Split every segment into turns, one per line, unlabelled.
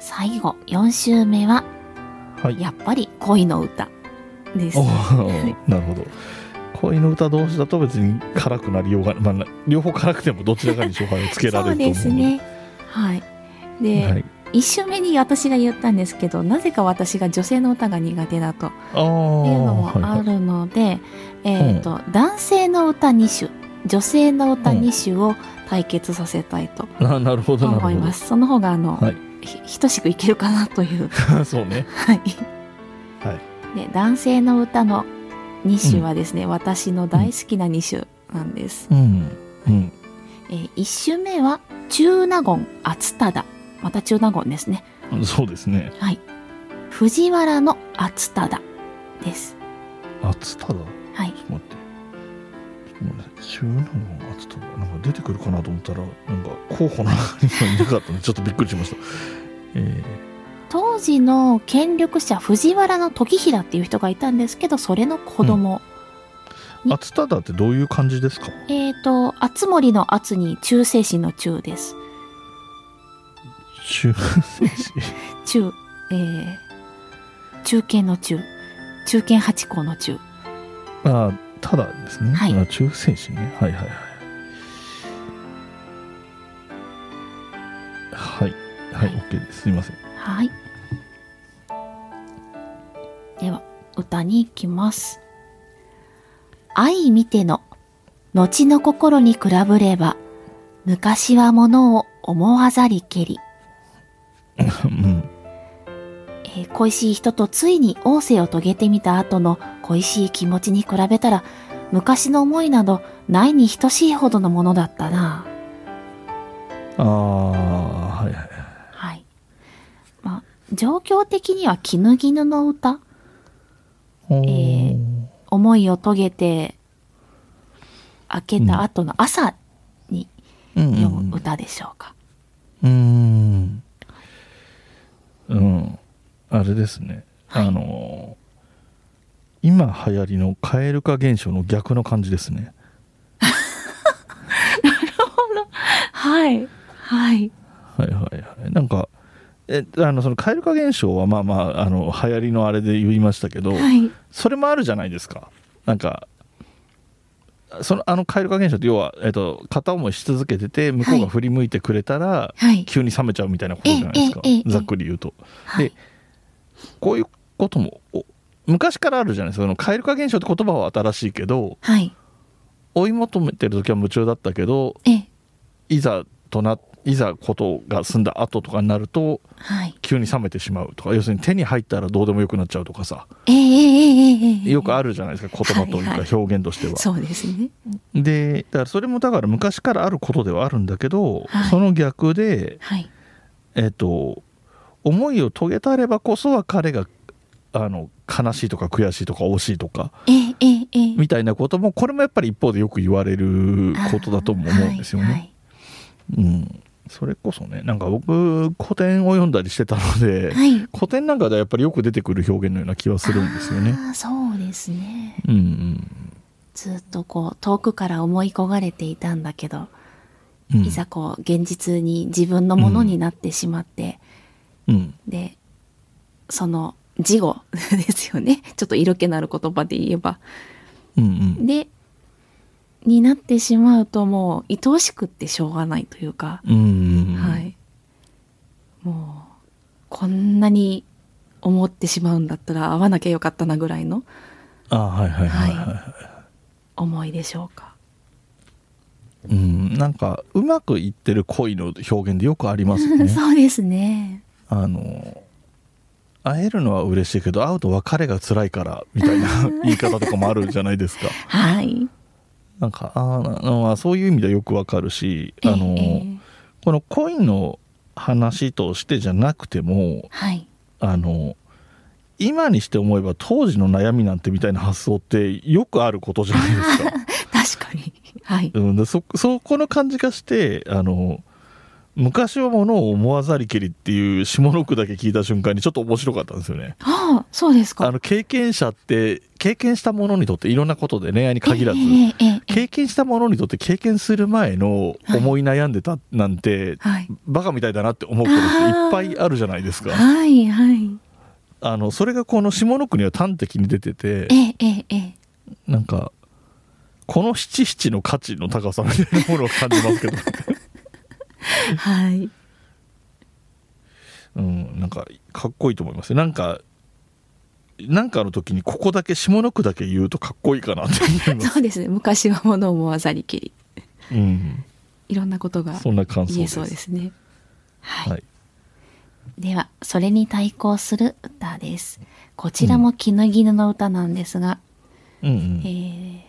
最後、4週目は、
はい
やっぱり恋の歌です。
おーなるほど恋の歌同士だと別に辛くなりようが、まあ、な両方辛くてもどちらかに勝敗をつけられ
そう
ると思う
で
のです
ね。はい。で、
はい、
一週目に私が言ったんですけど、なぜか私が女性の歌が苦手だと
ああ
っていうの
はい
もあ
はい
るので、えっ、と、男性の歌2種、女性の歌2種を対決させたいと
あなるほどなる
思
ほ
い
ど
ます。その方が、あの、
はい
ひ等しくいけるかなという。
そうね
はい。
はい
で、男性の歌の2種はですね、私の大好きな2種なんです。
うんうん
え1種目は、中納言厚忠。また中納言ですね。
そうですね
はい。藤原の厚忠です。
厚田だ
はい
ちょっ。と待って。ちょっと待って中南の厚田なんか出てくるかなと思ったら、なんか候補の中にいなかったので、ちょっとびっくりしました。え
当時の権力者藤原の時平っていう人がいたんですけどそれの子供、
ー、厚田だってどういう感じですか
えっ、と厚森の厚に忠誠心の忠です
中世史。
忠えー、忠犬の忠忠犬八公の忠
ああ、ただですね。
はい
あ中世史ね。はいはいはい。はい、はい、
はい
OK です。すいません。
はいでは歌に行きます愛見ての後の心に比べれば昔は物を思わざりけり
うん。
えー恋しい人とついに王政を遂げてみた後の恋しい気持ちに比べたら昔の思いなどないに等しいほどのものだったな。
ああ、はいはい。
はい。まあ、状況的には絹絹の歌
おー
え思いを遂げて明けた後の朝に
うんうん
詠
うん
む歌でしょうか。
うーん。うん。あれですね。
はい
あのー今流行りの蛙化現象の逆の感じですね。
はい。はい。
はいはいはい。なんか、えあのその蛙化現象はまあまああの流行りのあれで言いましたけど、
はい。
それもあるじゃないですか。なんか。そのあの蛙化現象って要は、えっと片思いし続けてて向こうが振り向いてくれたら、
はい。
急に冷めちゃうみたいなことじゃないですか、
ええええええ
ざっくり言うと。
はい
でこういうこともお昔からあるじゃないですかその蛙化現象って言葉は新しいけど
はい。
追い求めてる時は夢中だったけど
ええ。
いざとないざことが済んだ後とかになると
はい。
急に冷めてしまうとか要するに手に入ったらどうでもよくなっちゃうとかさ
ええええええええ。
よくあ
る。
るじゃないですか言葉と
はい
い
は
うか表現としては。
そうですね。
でだからそれもだから昔からあることではあるんだけど、
はい
その逆で
はい。
えっと、思いを遂げたればこそは彼があの悲しいとか悔しいとか惜しいとか
ええええええ。
みたいなこともこれもやっぱり一方でよく言われることだとも思うんですよね。
はい
うん、それこそねなんか僕古典を読んだりしてたので、
はいはい
古典なんかではやっぱりよく出てくる表現のような気はするんですよね。
あーそうですね。
うんうん
ずっとこう遠くから思い焦がれていたんだけど、
うん
いざこう現実に自分のものになってしまって、
うん
で、その事後 ですよね。ちょっと色気のある言葉で言えば。
うんうん
で、になってしまうともう愛おしくってしょうがないというか、
うんうんうん
はい。もう、こんなに思ってしまうんだったら会わなきゃよかったなぐらいの
あはいはいはいはい、
は思いでしょうか。
うん、なんかうまくいってる恋の表現でよくあります ね。
そうですね。
あの会えるのは嬉しいけど会うと別れが辛いからみたいな 言い方とかもあるじゃないですか。
はい。
なんかあーなまあそういう意味ではよくわかるし、あの
ええ
この恋の話としてじゃなくても
はい。
あの今にして思えば当時の悩みなんてみたいな発想ってよくあることじゃないです か。
確かに。はい。
うん、でそそこの感じがしてあの昔はものを思わざりけりっていう下の句だけ聞いた瞬間にちょっと面白かったんですよね。
はあああ、そうですか。
あの経験者って経験したものにとっていろんなことで恋愛に限らず、
ええええええ
経験したものにとって経験する前の思い悩んでたなんて、
はい。
バカみたいだなって思うことっていっぱいあるじゃないですか。
はい、はい。
あのそれがこの下の句には端的に出てて
ええええええ
なんかこの七七の価値の高さみたいなものを感じます けど、
はい。
うん、なんかかっこいいと思いますよなんかなんかの時にここだけ下の句だけ言うとかっこいいかなって思い ます、
そうですね。昔はものを思わざりきり。
うん、
いろんなことが
そんな感想
言
で
え
す
そうですね。はい。
はい
では、それに対抗する歌です。こちらも絹絹の歌なんですが、
うんう
え
ん、
ー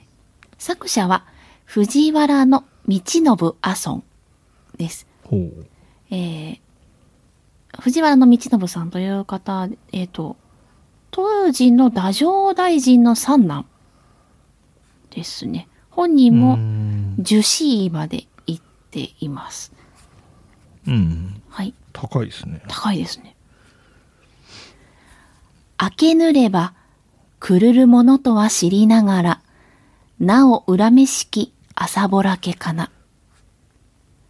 作者は藤原の道信阿孫です。
ほう
えー藤原の道信さんという方、えっ、と、当時の太政大臣の三男ですね。本人
う
も
ん
樹脂位まで行っています。
うん
はい。
高いですね
高いですね。明けぬれば、くるるものとは知りながら、なお恨めしき朝ぼらけかな。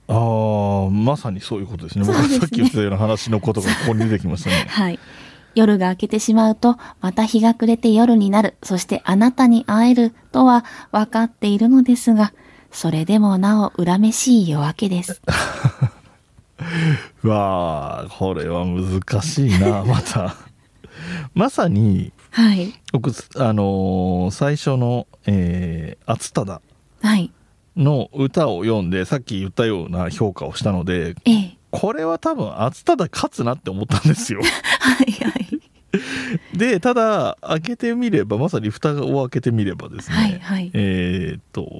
あーまさにそういうことですね僕
そうですね
さっき言ってたような話のことがここに出てきましたね
はい。夜が明けてしまうと、また日が暮れて夜になる、そしてあなたに会えるとは分かっているのですが、それでもなお恨めしい夜明けです。
うわあこれは難し いなまたまさに
はい。
僕あのー最初の「えー、厚忠
はい。」
の歌を読んでさっき言ったような評価をしたので
ええ。
これは多分厚忠勝つなって思ったんで すよ
はいはい。
でただ開けてみればまさに蓋を開けてみればですね、
はいはい。
えーっと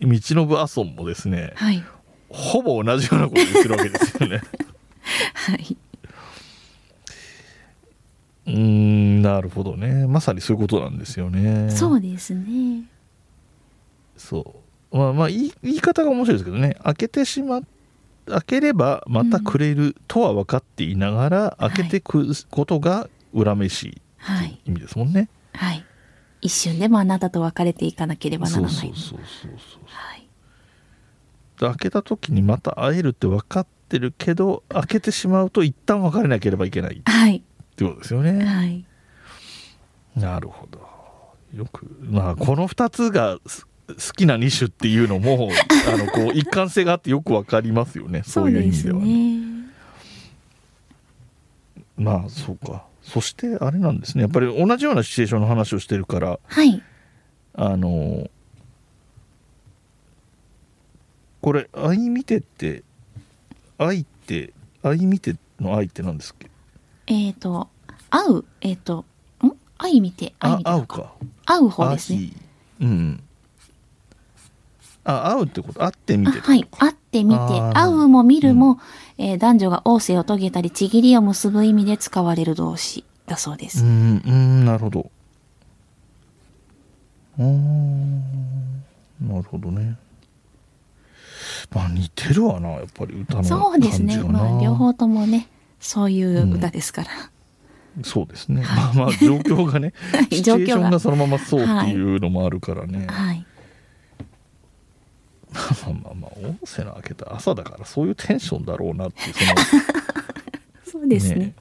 道信阿孫もですね
はい。
ほぼ同じようなこと言ってるわけですよね
はい。
うーんなるほどねまさにそういうことなんですよね
そうですね。
そうまあまあ言い言い方が面白いですけどね開けてしま開ければまたくれるとは分かっていながら、
うん
開けてくことが恨めし
はい。
い意味ですもんね。
はい。一瞬でもあなたと別れていかなければなら
そ
ない。
うそうそうそうそう
はい。
で開けた時にまた会えるって分かってるけど開けてしまうと一旦別れなければいけないっ
はい。
てことですよね。
はい。
なるほどよくまあこの2つがす好きな2種っていう のもあのこう一貫性があってよく分かりますよねそういう意味ではね。
ね。
まあそうかそしてあれなんですねやっぱり同じようなシチュエーションの話をしてるから
はい。
あのこれ「愛見て」って「愛」って「愛見て」の「愛」って何ですっけ
えっ、と、会う、えっ、と、ん愛見て、愛
あ
見て
会。うか
会う方ですね。
愛うんあ会うってこと会ってみ
あ
て
はい。会ってみて、
あー
会うも見るも、えー男女が仰せを遂げたり、ちぎりを結ぶ意味で使われる動詞だそうで
う
す。
んうんなるほどうーんなるほどねまあ似てるわなやっぱり歌の感じがな
そうですね。まあ、両方ともね、そういう歌ですから。
そうですねまあまあ状況がね
い
シチュエーシ
状況
ョン
が
がそのままそうっていうのもあるからね、
はい。
まあまあまあ音声の明けた朝だからそういうテンションだろうなっていうそ
そ
の
うですね。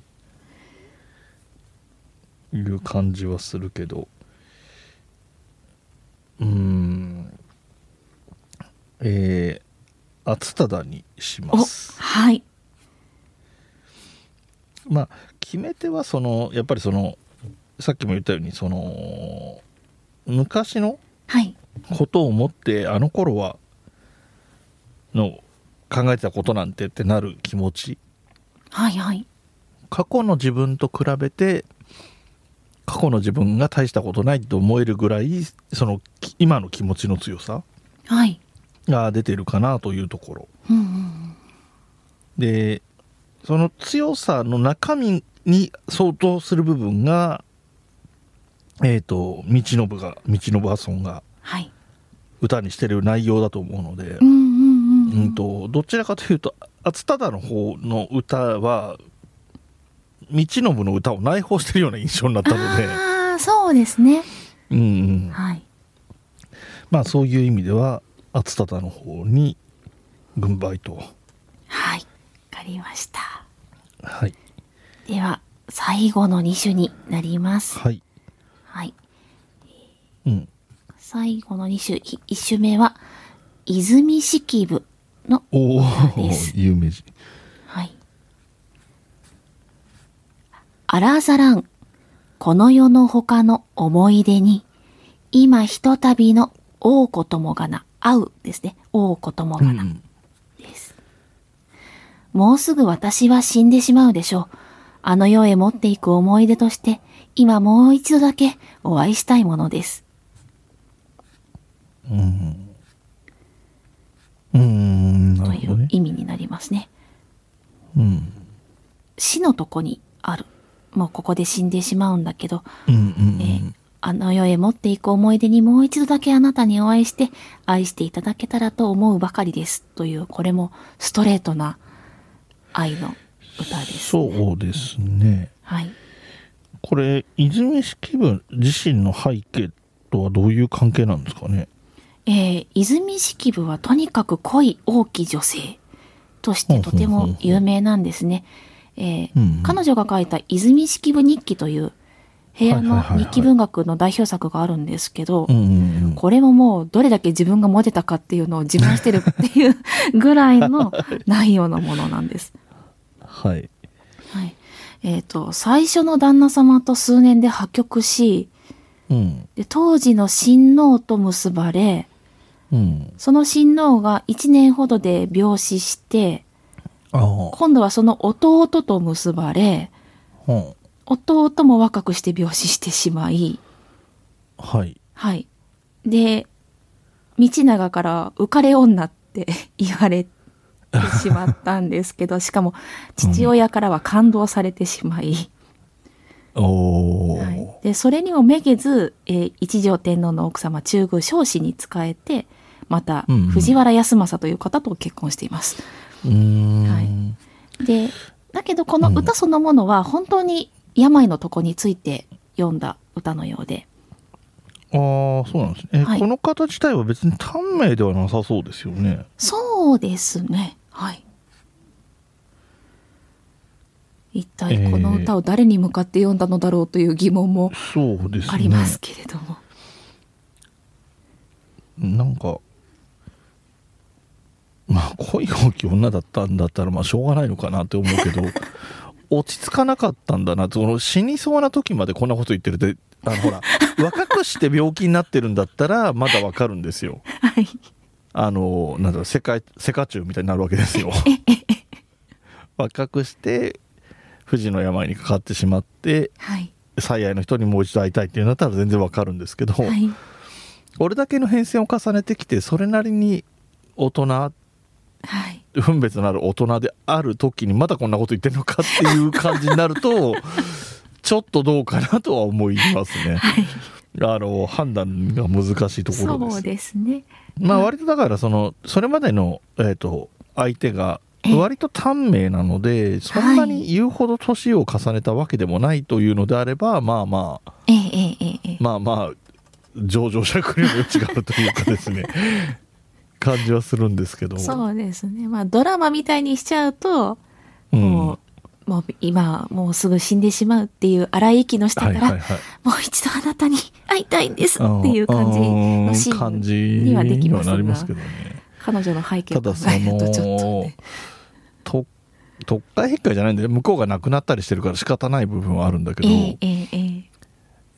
ねいう感じはするけどうーんえー、厚忠にし
お
ます
はい。
まあ決め手はそのやっぱりそのさっきも言ったようにその昔の
はい。
ことを思ってあの頃はの考えてたことなんてってなる気持ち
はいはい。
過去の自分と比べて過去の自分が大したことないと思えるぐらいそのき今の気持ちの強さ
はい。
が出てるかなというところ
うんうんうん。
でその強さの中身に相当する部分がえっ、と道信が道信阿孫が
はい。
歌にしてる内容だと思うので
うんうんうん。
うんとどちらかというと厚忠の方の歌は道信の歌を内包してるような印象になったので、
ああそうですね
うんうん、
はい
まあそういう意味では篤忠の方に軍配と、
はいわかりました
はい
では最後の2種になります
はい
はい
うん、
最後の2種い1種目は泉式部の
おお
です
有名人
はい。あらざらん、この世の他の思い出に、今ひとたびの王子ともがな、会うですね。王子ともがな、です。もうすぐ私は死んでしまうでしょう。あの世へ持っていく思い出として、今もう一度だけお会いしたいものです。
うんうんうんな
と
る
い
ほど
う
ね
意味になりますね。
うん
死のとこにある。もうここで死んでしまうんだけど、
うんうん
えーあの世へ持っていく思い出にもう一度だけあなたにお会いして愛していただけたらと思うばかりですというこれもストレートな愛の歌です。
そうですね
はい、
これ泉式部自身の背景とはどういう関係なんですかね
えー泉式部はとにかく濃い大きい女性としてとても有名なんですね。えー
うん
彼女が書いた「泉式部日記」という平安の日記文学の代表作があるんですけど、
うんうんうん
これももうどれだけ自分がモテたかっていうのを自慢してるっていうぐらい の内容のものなんです。
はい
はい。えっ、と、最初の旦那様と数年で破局し、
うん
で当時の親王と結ばれ、
うん
その親王が1年ほどで病死して、
ああ
今度はその弟と結ばれ、
うん
弟も若くして病死してしまい、
はい
はい。で、道長から浮かれ女って 言われてしまったんです けど、しかも父親からは感動されてしまい、
おお、
はいで、それにもめげず、えー一条天皇の奥様中宮彰子に仕えて、また
うんうん
藤原康政という方と結婚しています。
うーん、
はいで、だけどこの
うん
歌そのものは本当に病の床について読んだ歌のようで、
ああそうなんですね、え
はい
この方自体は別に短命ではなさそうですよね
そうですね。はい。一
え
体
ー
この歌を誰に向かって読んだのだろうという疑問も
そうですね
ありますけれども。
なんかまあ恋大きい女だったんだったらまあしょうがないのかなって思うけ ど落ち着かなかったんだなその死にそうな時までこんなこと言ってるであの ほら若くして病気になってるんだったらまだわかるんですよ
はい。
あのなんだろう世界世界中みたいになるわけですよ若くして不治の病にかかってしまって
はい。
最愛の人にもう一度会いたいっていうんだったら全然わかるんですけど、
はい。
俺だけの変遷を重ねてきてそれなりに大人
はい。
分別のある大人である時にまだこんなこと言ってるのかっていう感じになる とちょっとどうかなとは思いますね。あの判断が難しいところです
そう。ですね。
まあ割とだからそのそれまでの、えー、と相手が割と短命なのでそんなに言うほど年を重ねたわけでもないというのであればまあまあ
ええええええ。
まあまあ上場者くりの余地があるというかで すね感じはするんですけど
そうですね。まあドラマみたいにしちゃうと、
うん
もう、もう今、もうすぐ死んでしまうっていう荒い息の下
は
から、
いはいはい
もう一度あなたに会いたいんですっていう感じのシ
うん感じ
ーンにはできます
にはなりま
が
すけどね
彼女の背景
た
を考
だそ
えるとちょっと
の
ね。
と特会閉会じゃないんで向こうが亡くなったりしてるから仕方ない部分はあるんだけど、
えええええ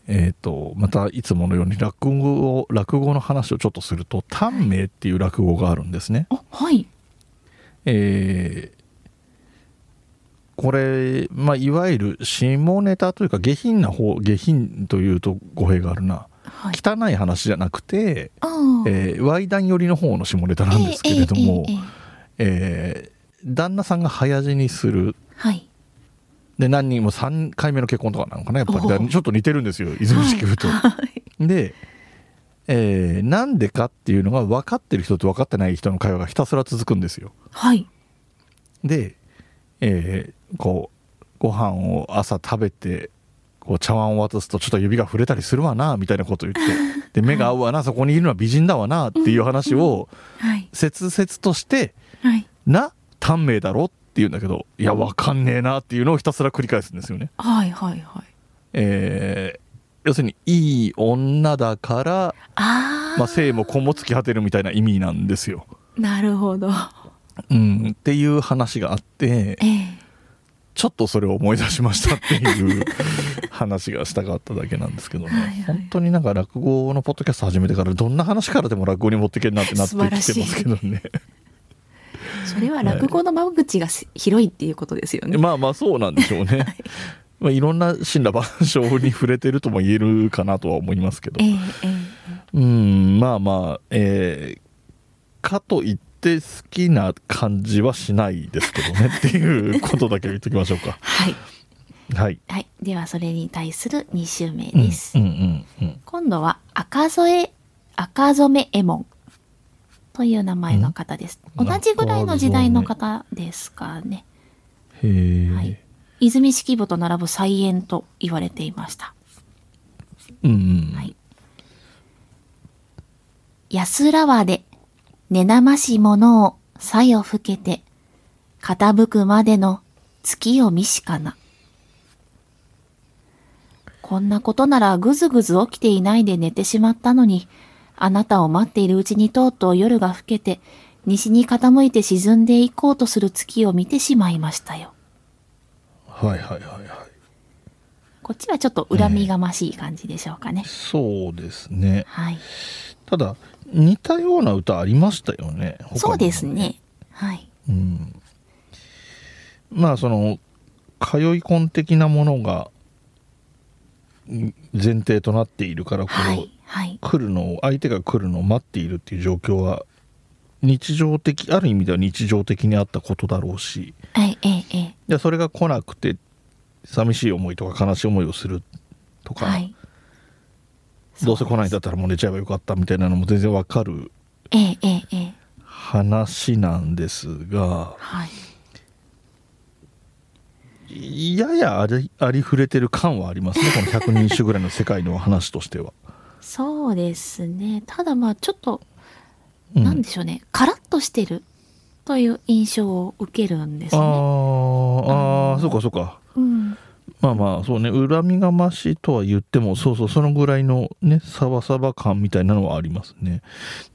えー、とまたいつものように落語を落語の話をちょっとすると「短命」っていう落語があるんですね。
えあはい
えーこれ、まあ、いわゆる下ネタというか下品な方下品というと語弊があるな
はい
汚い話じゃなくて、
あー
えー、ワイダン寄りの方の下ネタなんですけれども、
ええええええ
えー旦那さんが早死にする
はい
で何人も3回目の結婚とかなのかなやっぱり
おお
だちょっと似てるんですよ泉式部と。
はい
で、えーなんでかっていうのが分かってる人と分かってない人の会話がひたすら続くんですよ。
はい
で、えーこうご飯を朝食べてこう茶碗を渡すとちょっと指が触れたりするわなみたいなこと言ってで目が合うわなそこにいるのは美人だわなっていう話を
はい。
切々として
はい。
「な短命だろ」って言うんだけど「いやわかんねえな」っていうのをひたすら繰り返すんですよね。
はい。はい。はい。
えー要するにいい女だから、
ああ。
まあ、性も子もつき果てるみたいな意味なんですよ。
なるほど。
うん、っていう話があって
ええ。
ちょっとそれを思い出しましたっていう話がしたかっただけなんですけどね、
はいはい
本当になんか落語のポッドキャスト始めてからどんな話からでも落語に持っていけるなってなってきてますけ どね
それは落語の間口がせ広いっていうことですよね。
まあまあそうなんでしょ うね、いまあ、いろんな神羅万象に触れてるとも言えるかなとは思いますけど
ええ。え
うんまあまあえーかといって好きな感じはしないですけどねっていうことだけ言っときましょ うか
え。はい。
はい
はい。では、それに対する2週目です。
うんうんうんうん
今度は赤添赤染えもんという名前の方です、
うん
同じぐらいの時代の方ですかね、
へえ、
はい、泉式部と並ぶ菜園と言われていました
うんうん、
はい安らわで寝なまし者をさよふけて傾くまでの月を見しかなこんなことならぐずぐず起きていないで寝てしまったのにあなたを待っているうちにとうとう夜が更けて西に傾いて沈んでいこうとする月を見てしまいましたよ
はいはいはいはい
こっちはちょっと恨みがましい感じでしょうかね、
そうですね
はい
ただ似たような歌ありましたよね他にも
そうですねはい
うんまあその通い婚的なものがん前提となっているからこ
は
れ
いはい
来るのを相手が来るのを待っているっていう状況は日常的ある意味では日常的にあったことだろうし
えええええ
でそれが来なくて寂しい思いとか悲しい思いをすると
え
か、
はい
どうせ来ないんだったらもう寝ちゃえばよかったみたいなのも全然わかる
ええええええ
話なんですが
はい
ややありありふれてる感はありますねこの百人一首ぐらいの世界の話としては。
そうですねただまあちょっと
うん
なんでしょうね、カラッとしてるという印象を受けるんです
あ
ね。
ーあ
あー
ーそうかそうか
うん、
まあまあそうね恨みがましいとは言ってもそうそうそのぐらいのねサバサバ感みたいなのはありますね。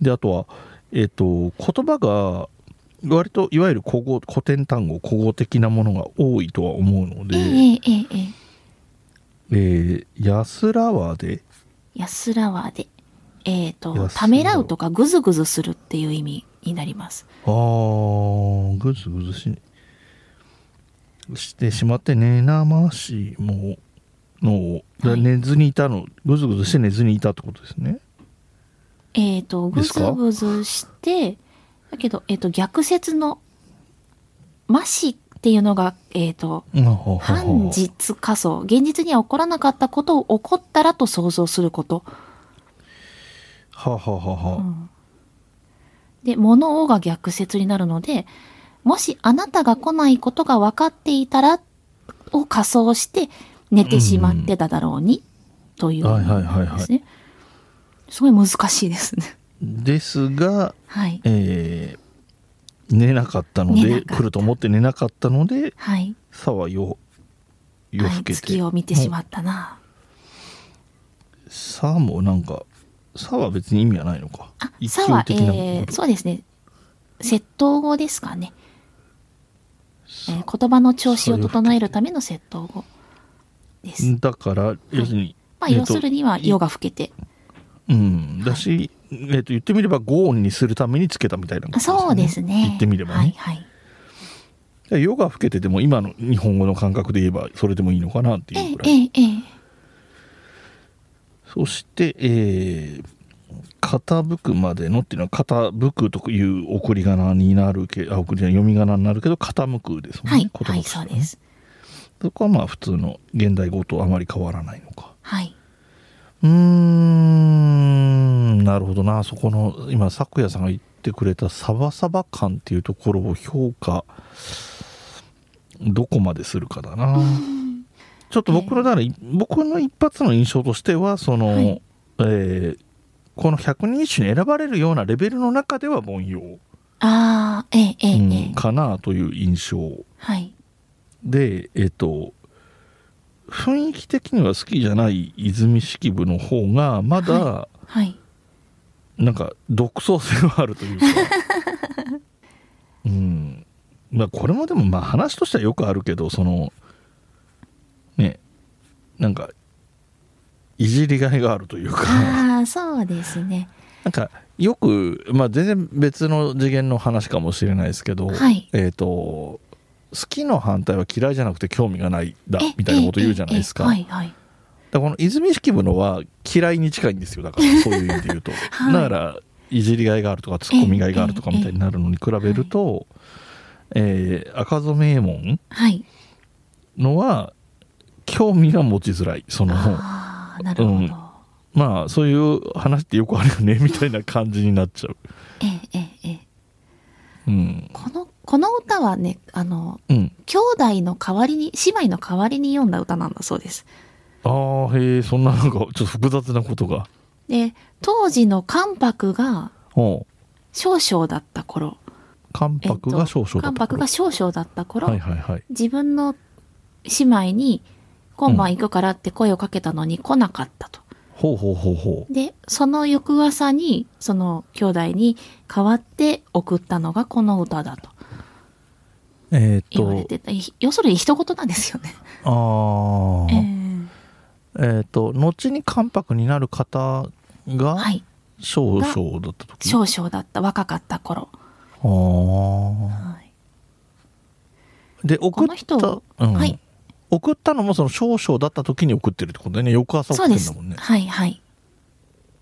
であとはえっ、と言葉が割といわゆる古語古典単語古語的なものが多いとは思うので。
ええええええ
えー、安らわで
安らわで、えっ、と、
安ら
ためらうとかぐずぐずするっていう意味になります。
あーぐずぐずししてしまって寝なましものを、
はい
寝ずにいたのぐずぐずして寝ずにいたってことですね
えっ、と、ぐ
です
ず
か
ぐずして、だけど、えっ、と、逆説の、ましっていうのが、えっ、と、半
半
実仮想。現実には起こらなかったことを起こったらと想像すること。
はははは、
うんで、物をが逆説になるので、もしあなたが来ないことが分かっていたら、を仮想して寝てしまってただろうに、という、
はいはいはいはい
ですね。すごい難しいですね。
ですが
はい。
えー寝なかったの
寝なか
で
った
来ると思って寝なかったので
はい。
さはよ夜
は
更
い、
けて、
月を見てしまったな。
さもなんかさは別に意味はないのか
あ、
一
さは
応、
え
的な
ーそうですね。窃盗語ですかね、えー言葉の調子を整えるための窃盗語です。
だから要するに、
まあ、
えっと
要するには、夜が更けて。
うんだし、えっと言ってみればゴーンにするためにつけたみたいなこと
あそうですね。
言ってみれば
はい
ね、
はい。
夜が更けてても今の日本語の感覚で言えばそれでもいいのかなって
え
い
え
うくらい、
ええええ
そしてえー傾くまでのっていうのは傾くという送り仮名になるけあ送りじゃない読み仮名になるけど傾くですもんね、
はい、
言葉
はい、
とし
そ
ては
う
ね
です。
そこはまあ普通の現代語とあまり変わらないのか
はい。
うーんなるほどなそこの今咲夜さんが言ってくれたサバサバ感っていうところを評価どこまでするかだな。ちょっと僕のだから、僕の一発の印象としてはその、
はい
えーこの百人一首に選ばれるようなレベルの中では凡庸、
ああ、ええ、ええ、え
うん
え。
かなという印象
はい。
でえっ、と雰囲気的には好きじゃない泉式部の方がまだ、
ははい。
なんか独創性はある というかうんまあこれもでもまあ話としてはよくあるけどそのねなんかいじりがいがある というか
ああ、そうですね。
なんかよくまあ全然別の次元の話かもしれないですけど、
はい
えっ、と好きの反対は嫌いじゃなくて興味がないだ
え
みたいなこと言うじゃないですか。
ええええはい、はい。
だからこの泉式部のは嫌いに近いんですよだからそういう意味で言う と、
はい
だからいじりがいがあるとかツッコミがいがあるとか
ええ
みたいになるのに比べると、えー赤染めえもん
はい。
のは興味が持ちづらいその
ああ、なるほど。
うんまあそういう話ってよくあるよねみたいな感じになっちゃう。
ええ、ええ、ええ。
うん
この、この歌はね、あの、
うん、
兄弟の代わりに、姉妹の代わりに読んだ歌なんだそうです。
あーへえそんななんかちょっと複雑なことが。
で、当時の関白が
お
少々だった頃。
関
えっ
白
と
が少々だ
関白
った頃
が少々だった頃、
はいはいはい。
自分の姉妹に今晩行くからって声をかけたのに来なかったと。
ほうほうほうほ
で、その翌朝に、その兄弟に代わって送ったのがこの歌だと
う。えーっ
言われ
と
てた。ひ要するに一言なんですよね。
ああ、
えー
えー、と後に関白になる方
は
が
い。
少々だった時、
少々だった、若かった頃。
あ
はい。
ーで送
こ
っ
の人
た、うん
はい
送ったのもその少々だった時に送ってるってことだよね翌朝送
そ
っ
うで
てるん
す。
だもんね
はいはい。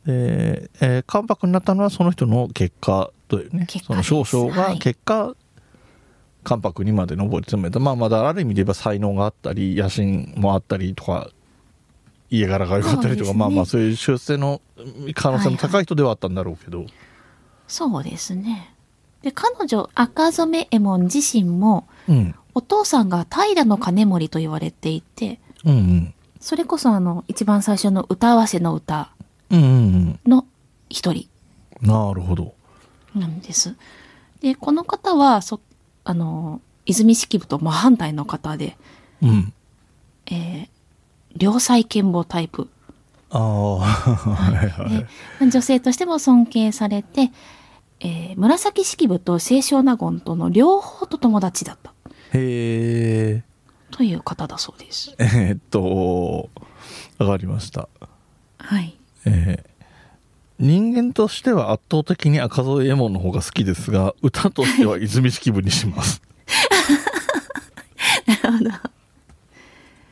で、えー関白になったのはその人の結果だよね
結
そ
果
の
です
少々
は
が
い
結果、関白にまで上り詰めたまあまだある意味で言えば才能があったり野心もあったりとか家柄が良かったり
そう
と
で
か、
すね
まあまあそういう出世の可能性も高い人ではあったんだろうけど、
そうですね。で、彼女、赤染めえもん自身も、
うん
お父さんが平の金森と言われていて、
うんうん
それこそあの、一番最初の歌わせの歌
うんうん
の一人
うん、なるほど。
なんです。で、この方は、そ、あの、泉式部と真反対の方で、
うん。
えー、良妻賢母タイプ。
ああ、 はいはい
で。女性としても尊敬されて、えー紫式部と清少納言との両方と友達だった
へえ、
という方だそうです。
えーっと、わかりました。
はい。
えー人間としては圧倒的に赤添えもんの方が好きですが、歌としては泉式部にします。
なるほど。は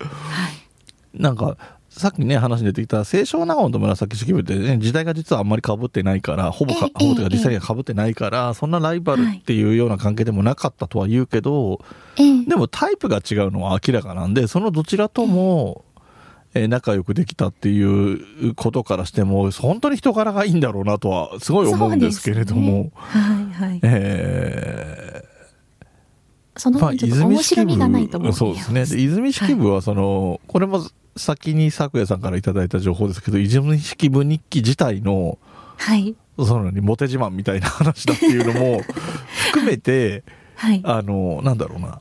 い。
なんか、さっきね、話に出てきた、清少納言と紫式部ってね、時代が実はあんまり被ってないから、ほぼか、
ええ
ほぼというか
ええ
実際には被ってないから、そんなライバルっていうような関係でもなかったとは言うけど、
ええ
でもタイプが違うのは明らかなんでそのどちらとも、えー仲良くできたっていうことからしても本当に人柄がいいんだろうなとはすごい思うんですけれども、
そうですねはいはい。
え
その
ーまあ
分ちょっと面白みがないと思う。
そうですねで泉式部はその、これも先に咲夜さんからいただいた情報ですけど泉式部日記自体の
はい。
そのにモテ自慢みたいな話だっていうのも含めて
はい。
あの、なんだろうな。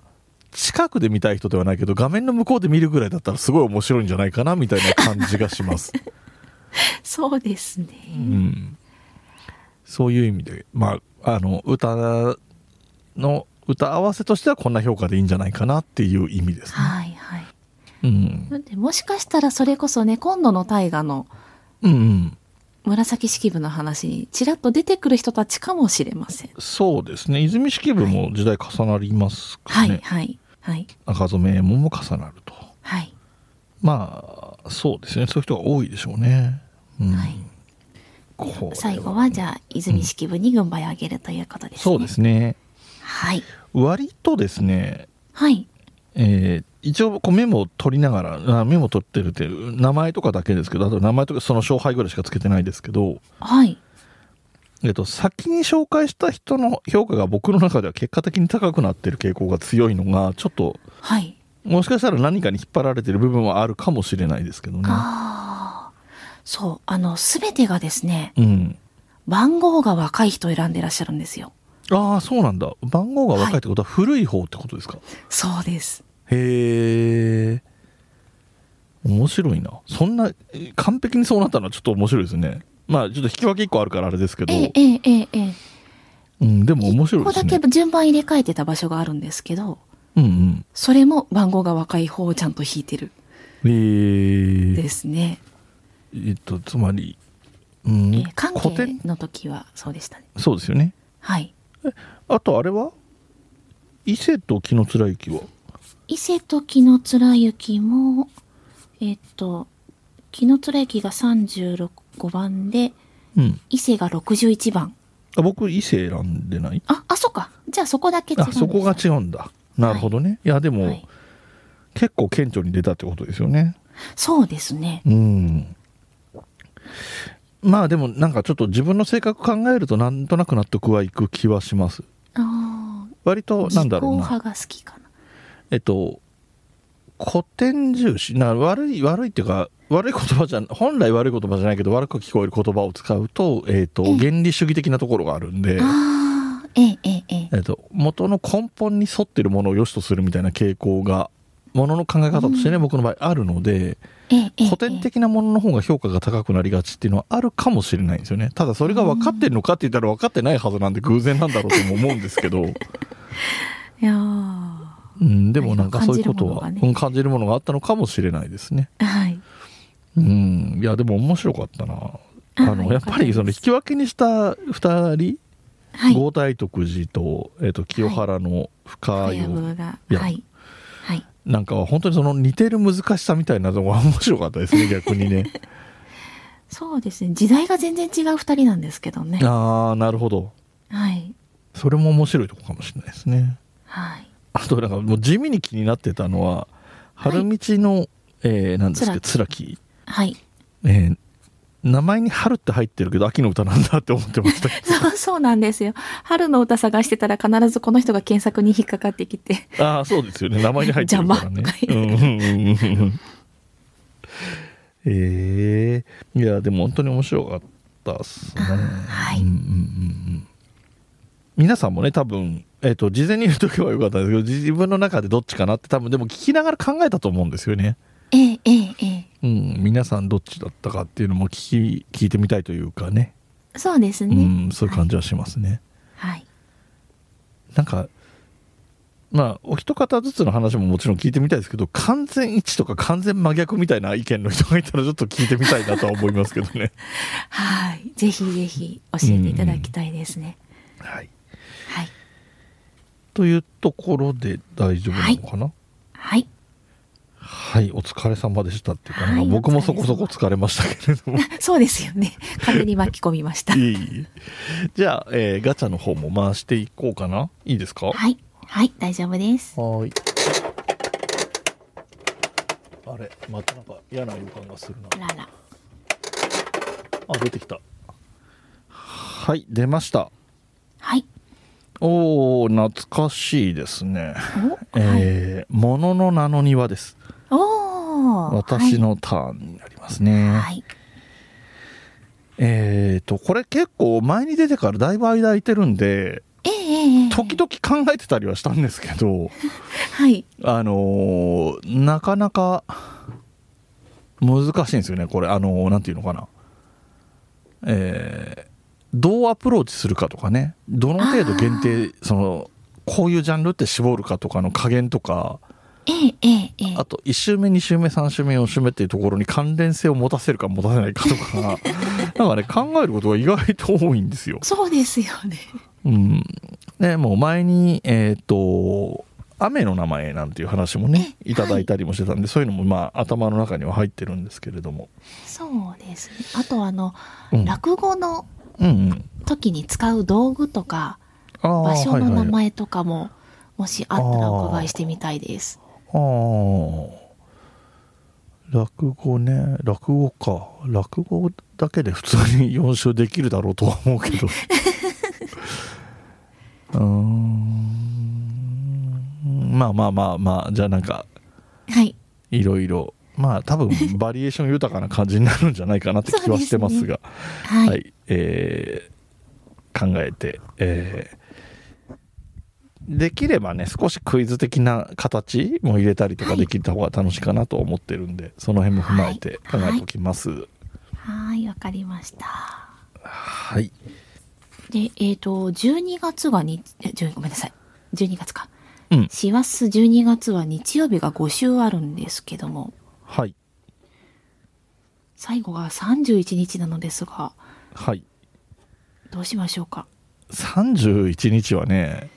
近くで見たい人ではないけど、画面の向こうで見るぐらいだったらすごい面白いんじゃないかな、みたいな感じが します。
そうですね。
うん。そういう意味で、まあ、あの、歌の、歌合わせとしてはこんな評価でいいんじゃないかなっていう意味ですね。
はいはい。
うん。
なんでもしかしたらそれこそね、今度の大河の
うんうん。
紫式部の話にちらっと出てくる人たちかもしれません。
そうですね。泉式部も時代重なりますか
は
ね。
いはい。はい。
赤染めもも重なると。
はい。
まあ、そうですね。そういう人が多いでしょうね。うん。
はい
これは
最後はじゃあ、泉式部に軍配をあげるということですね。
そうですね。
はい。
割とですね、
はい。
えー一応こうメモを取りながらあメモ取ってるって名前とかだけですけどあと名前とかその勝敗ぐらいしかつけてないですけど、
はい。
えっと、先に紹介した人の評価が僕の中では結果的に高くなってる傾向が強いのがちょっと
はい。
もしかしたら何かに引っ張られてる部分はあるかもしれないですけどね。
ああ。そう。あの、すべてがですね、
うん、
番号が若い人を選んでいらっしゃるんですよ。
ああそうなんだ番号が若いってことは古い方ってことですか、
そうです。
へえ面白いなそんなえー完璧にそうなったのはちょっと面白いですねまあちょっと引き分け1個あるからあれですけど、
ええ、ええ、ええ、ええ。
うん、でも面白い
ここ
で
だ
す
け
ね
順番入れ替えてた場所があるんですけど、
うん
それも番号が若い方をちゃんと引いてる
うんえー、
ですね。
えっとつまり、うん
えー関
古典
係の時はそうでしたね。
そうですよね
はい。
あとあれは伊勢と紀貫之は
伊勢と紀の貫之も、えっと、紀の貫之が36 5番で、
うん
伊勢が61番。
あ僕伊勢選んでない
あ、あ、そっか。じゃあそこだけ違うん
あ
です
そこが違うんだなるほどね、い、やでも、
はい
結構顕著に出たってことですよね
そうですね。
うんまあでもなんかちょっと自分の性格考えるとなんとなく納得はいく気はします
あ
割と
あ。
なんだろう
自公
な
派が好きかな。
えっと古典重視な悪い悪いっていうか悪い言葉じゃ本来悪い言葉じゃないけど悪く聞こえる言葉を使うと,、えっと
ええ
原理主義的なところがあるんで、
ああ、ええ、ええ、ええ。
えっと、元の根本に沿ってるものを良しとするみたいな傾向がものの考え方としてね、僕の場合あるので
ええ、ええ
古典的なものの方が評価が高くなりがちっていうのはあるかもしれないんですよねただそれが分かってるのかって言ったら分かってないはずなんで偶然なんだろうとも思うんですけど、
いやーは
うん、でもなんかそういうことは
感じるものがね
うん感じるものがあったのかもしれないですね。
い。
うん、いやでも面白かったなあの
はい
やっぱりその引き分けにした2人、
はい。
豪太徳寺と,、えっと清原の深
はい
い、
が。
いや
はい。はい。
なんか本当にその似てる難しさみたいなのが面白かったですね 逆にね
そうですね。時代が全然違う二人なんですけどね。
ああなるほど
はい。
それも面白いとこかもしれないですね
はい。
あとなんかもう地味に気になってたのは
はい
春道の、えーなんですけどつらき、
はい。
えー名前に春って入ってるけど秋の歌なんだって思ってました
そう、そうなんですよ。春の歌探してたら必ずこの人が検索に引っかかってきて。
ああそうですよね名前に入ってるからね
邪魔
うんうんうん うんえー、いやでも本当に面白かったっすね
はい
うんうんうんうん皆さんもね多分、えっと事前に言う時は良かったんですけど自分の中でどっちかなって多分でも聞きながら考えたと思うんですよね、
ええ、ええ、え
うん、皆さんどっちだったかっていうのも聞き聞いてみたいというかね、
え。そうです
う
ね。
ん、そういう感じはしますね、
はい。
なんかまあお一方ずつの話ももちろん聞いてみたいですけど完全一致とか完全真逆みたいな意見の人がいたらちょっと聞いてみたいなとは思いますけど ね
はい。ぜひぜひ教えていただきたいですね。
はい
はい。
というところで大丈夫なのかな、
はい。
はい、お疲れ様でしたっていうか、なんか
はい
僕もそこそこ疲れましたけれど も。
そうですよね。風に巻き込みました。
いいじゃあ、えーガチャの方も回していこうかな。いいですかは
はい。はい。大丈夫です。
ーい。あれ、またなんか嫌な予感がするな。
あらら。
あ、出てきた。はい、出ました。
はい。
おお懐かしいですね。
おはい。
えーものの名の庭です。
おー。
私のターンになりますね。
はい。はい。
えっ、と、これ結構前に出てからだいぶ間空いてるんで、
ええええええ。
時々考えてたりはしたんですけど、
はい。
あのーなかなか難しいんですよね、これ。あのーなんていうのかな。えーどうアプローチするかとかね、どの程度限定、その、こういうジャンルって絞るかとかの加減とか、
ええええええ。
あと1周目2周目3周目4周目っていうところに関連性を持たせるか持たせないかとかなんかね考えることが意外と多いんですよ。
そうですよね。
うん、でもう前にえっ、と雨の名前なんていう話もね
え
いただいたりもしてたんで、そういうのもまあ頭の中には入ってるんですけれども、
そうですね。あとあの、
うん、
落語の
うんうん
時に使う道具とか、
あー
場所の名
はいはい
前とかも、もしあったらお伺いしてみたいです。
あー落語ね落語か落語だけで普通に4週できるだろうとは思うけ どうーんまあまあまあまあじゃあなんか
はい。
いろいろまあ多 分バリエーション豊かな感じになるんじゃないかなって気はしてますが
はい。
はい、えー考えて、えーできればね少しクイズ的な形も入れたりとか
はい
できた方が楽しいかなと思ってるんで、その辺も踏まえて考えておきます。はい、
はい、わかりました。で、えっ、と、12月がに、え、10ごめんなさい。12月か。
うん
師走12月は日曜日が5週あるんですけども、
はい
最後が31日なのですが、
はい
どうしましょうか。
31日はね、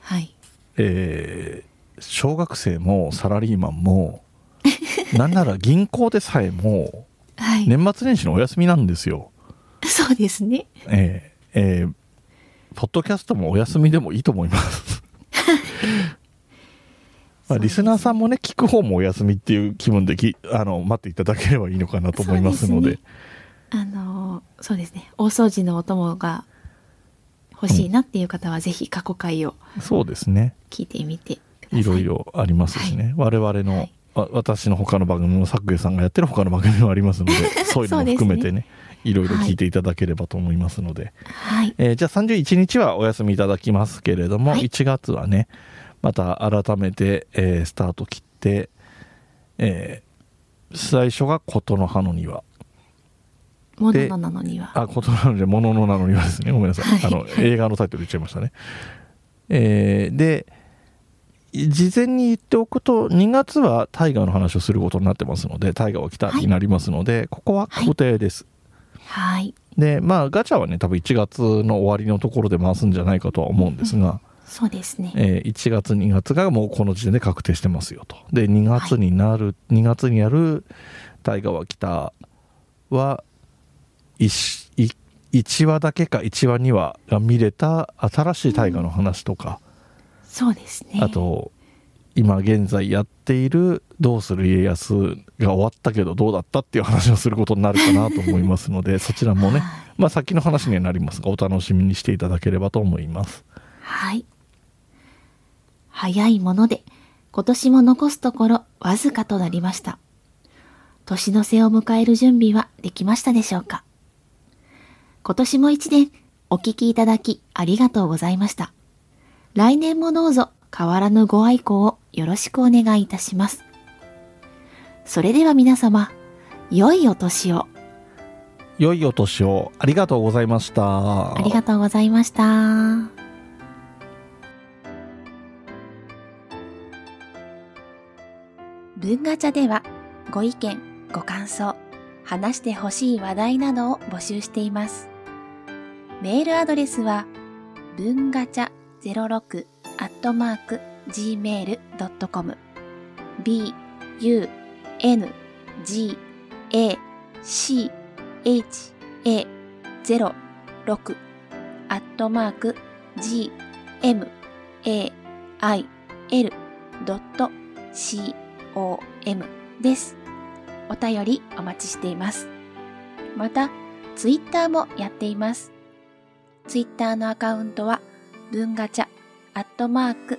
はい。
えー小学生もサラリーマン もなんなら銀行でさえも
はい。
年末年始のお休みなんですよ。
そうですね。
えーえーポッドキャストもお休みでもいいと思い ます。まあ、リスナーさんもね聞く方もお休みっていう気分できあの待っていただければいいのかなと思いますので
そうあのーそうですね。大掃除のお供が欲しいなっていう方は、ぜひ過去回を
そうですね
聞いてみてください。
いろい。ろありますしね、我々の、
はい
わ私の他の番組も作家さんがやってる他の番組もありますのでそういうのも含めてねいろいろ聞いていただければと思いますので、
はい。
えーじゃあ31日はお休みいただきますけれども、
はい
1月はねまた改めて、えースタート切って、えー最初が琴の葉の庭
モノのなのには。
あ琴の葉の庭もののなの庭ですねごめんなさい、
はい
あの映画のタイトル言っちゃいましたね、えーで事前に言っておくと2月は大河の話をすることになってますので大河は来たになりますので、ここは固定です、
はい。
でまあガチャはね多分1月の終わりのところで回すんじゃないかとは思うんですが、
そうですね。
えー1月2月がもうこの時点で確定してますよとで2月になる、2月にやる大河は北は 1, 1話だけか1話2話が見れた新しい大河の話とか、
そうですね。
あと今現在やっている「どうする家康」が終わったけどどうだったっていう話をすることになるかなと思いますのでそちらもね
はい
まあ先の話にはなりますがお楽しみにしていただければと思います。
はい。早いもので、今年も残すところわずかとなりました。年の瀬を迎える準備はできましたでしょうか今年も一年お聞きいただきありがとうございました。来年もどうぞ変わらぬご愛顧をよろしくお願いいたします。それでは皆様、良いお年を
良いお年をありがとうございました。
ありがとうございました。文ガチャではご意見、ご感想、話してほしい話題などを募集しています。メールアドレスは文ガチャ06アットマーク gmail.com b u n g a c h a 0 6アットマーク gmail.com です。お便りお待ちしています。また、ツイッターもやっています。ツイッターのアカウントは、文ガチャアットマーク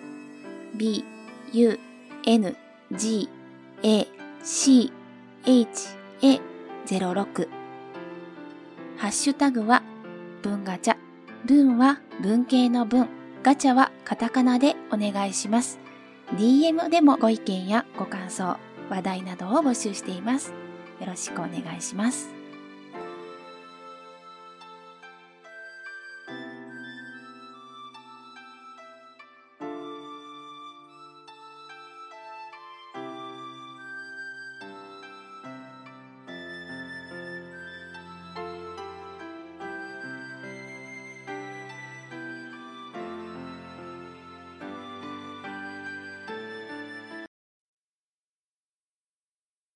b u n g a c h a 0 6ハッシュタグは、文ガチャ。文は文系の文。ガチャはカタカナでお願いします。DM でもご意見やご感想、話題などを募集しています。よろしくお願いします。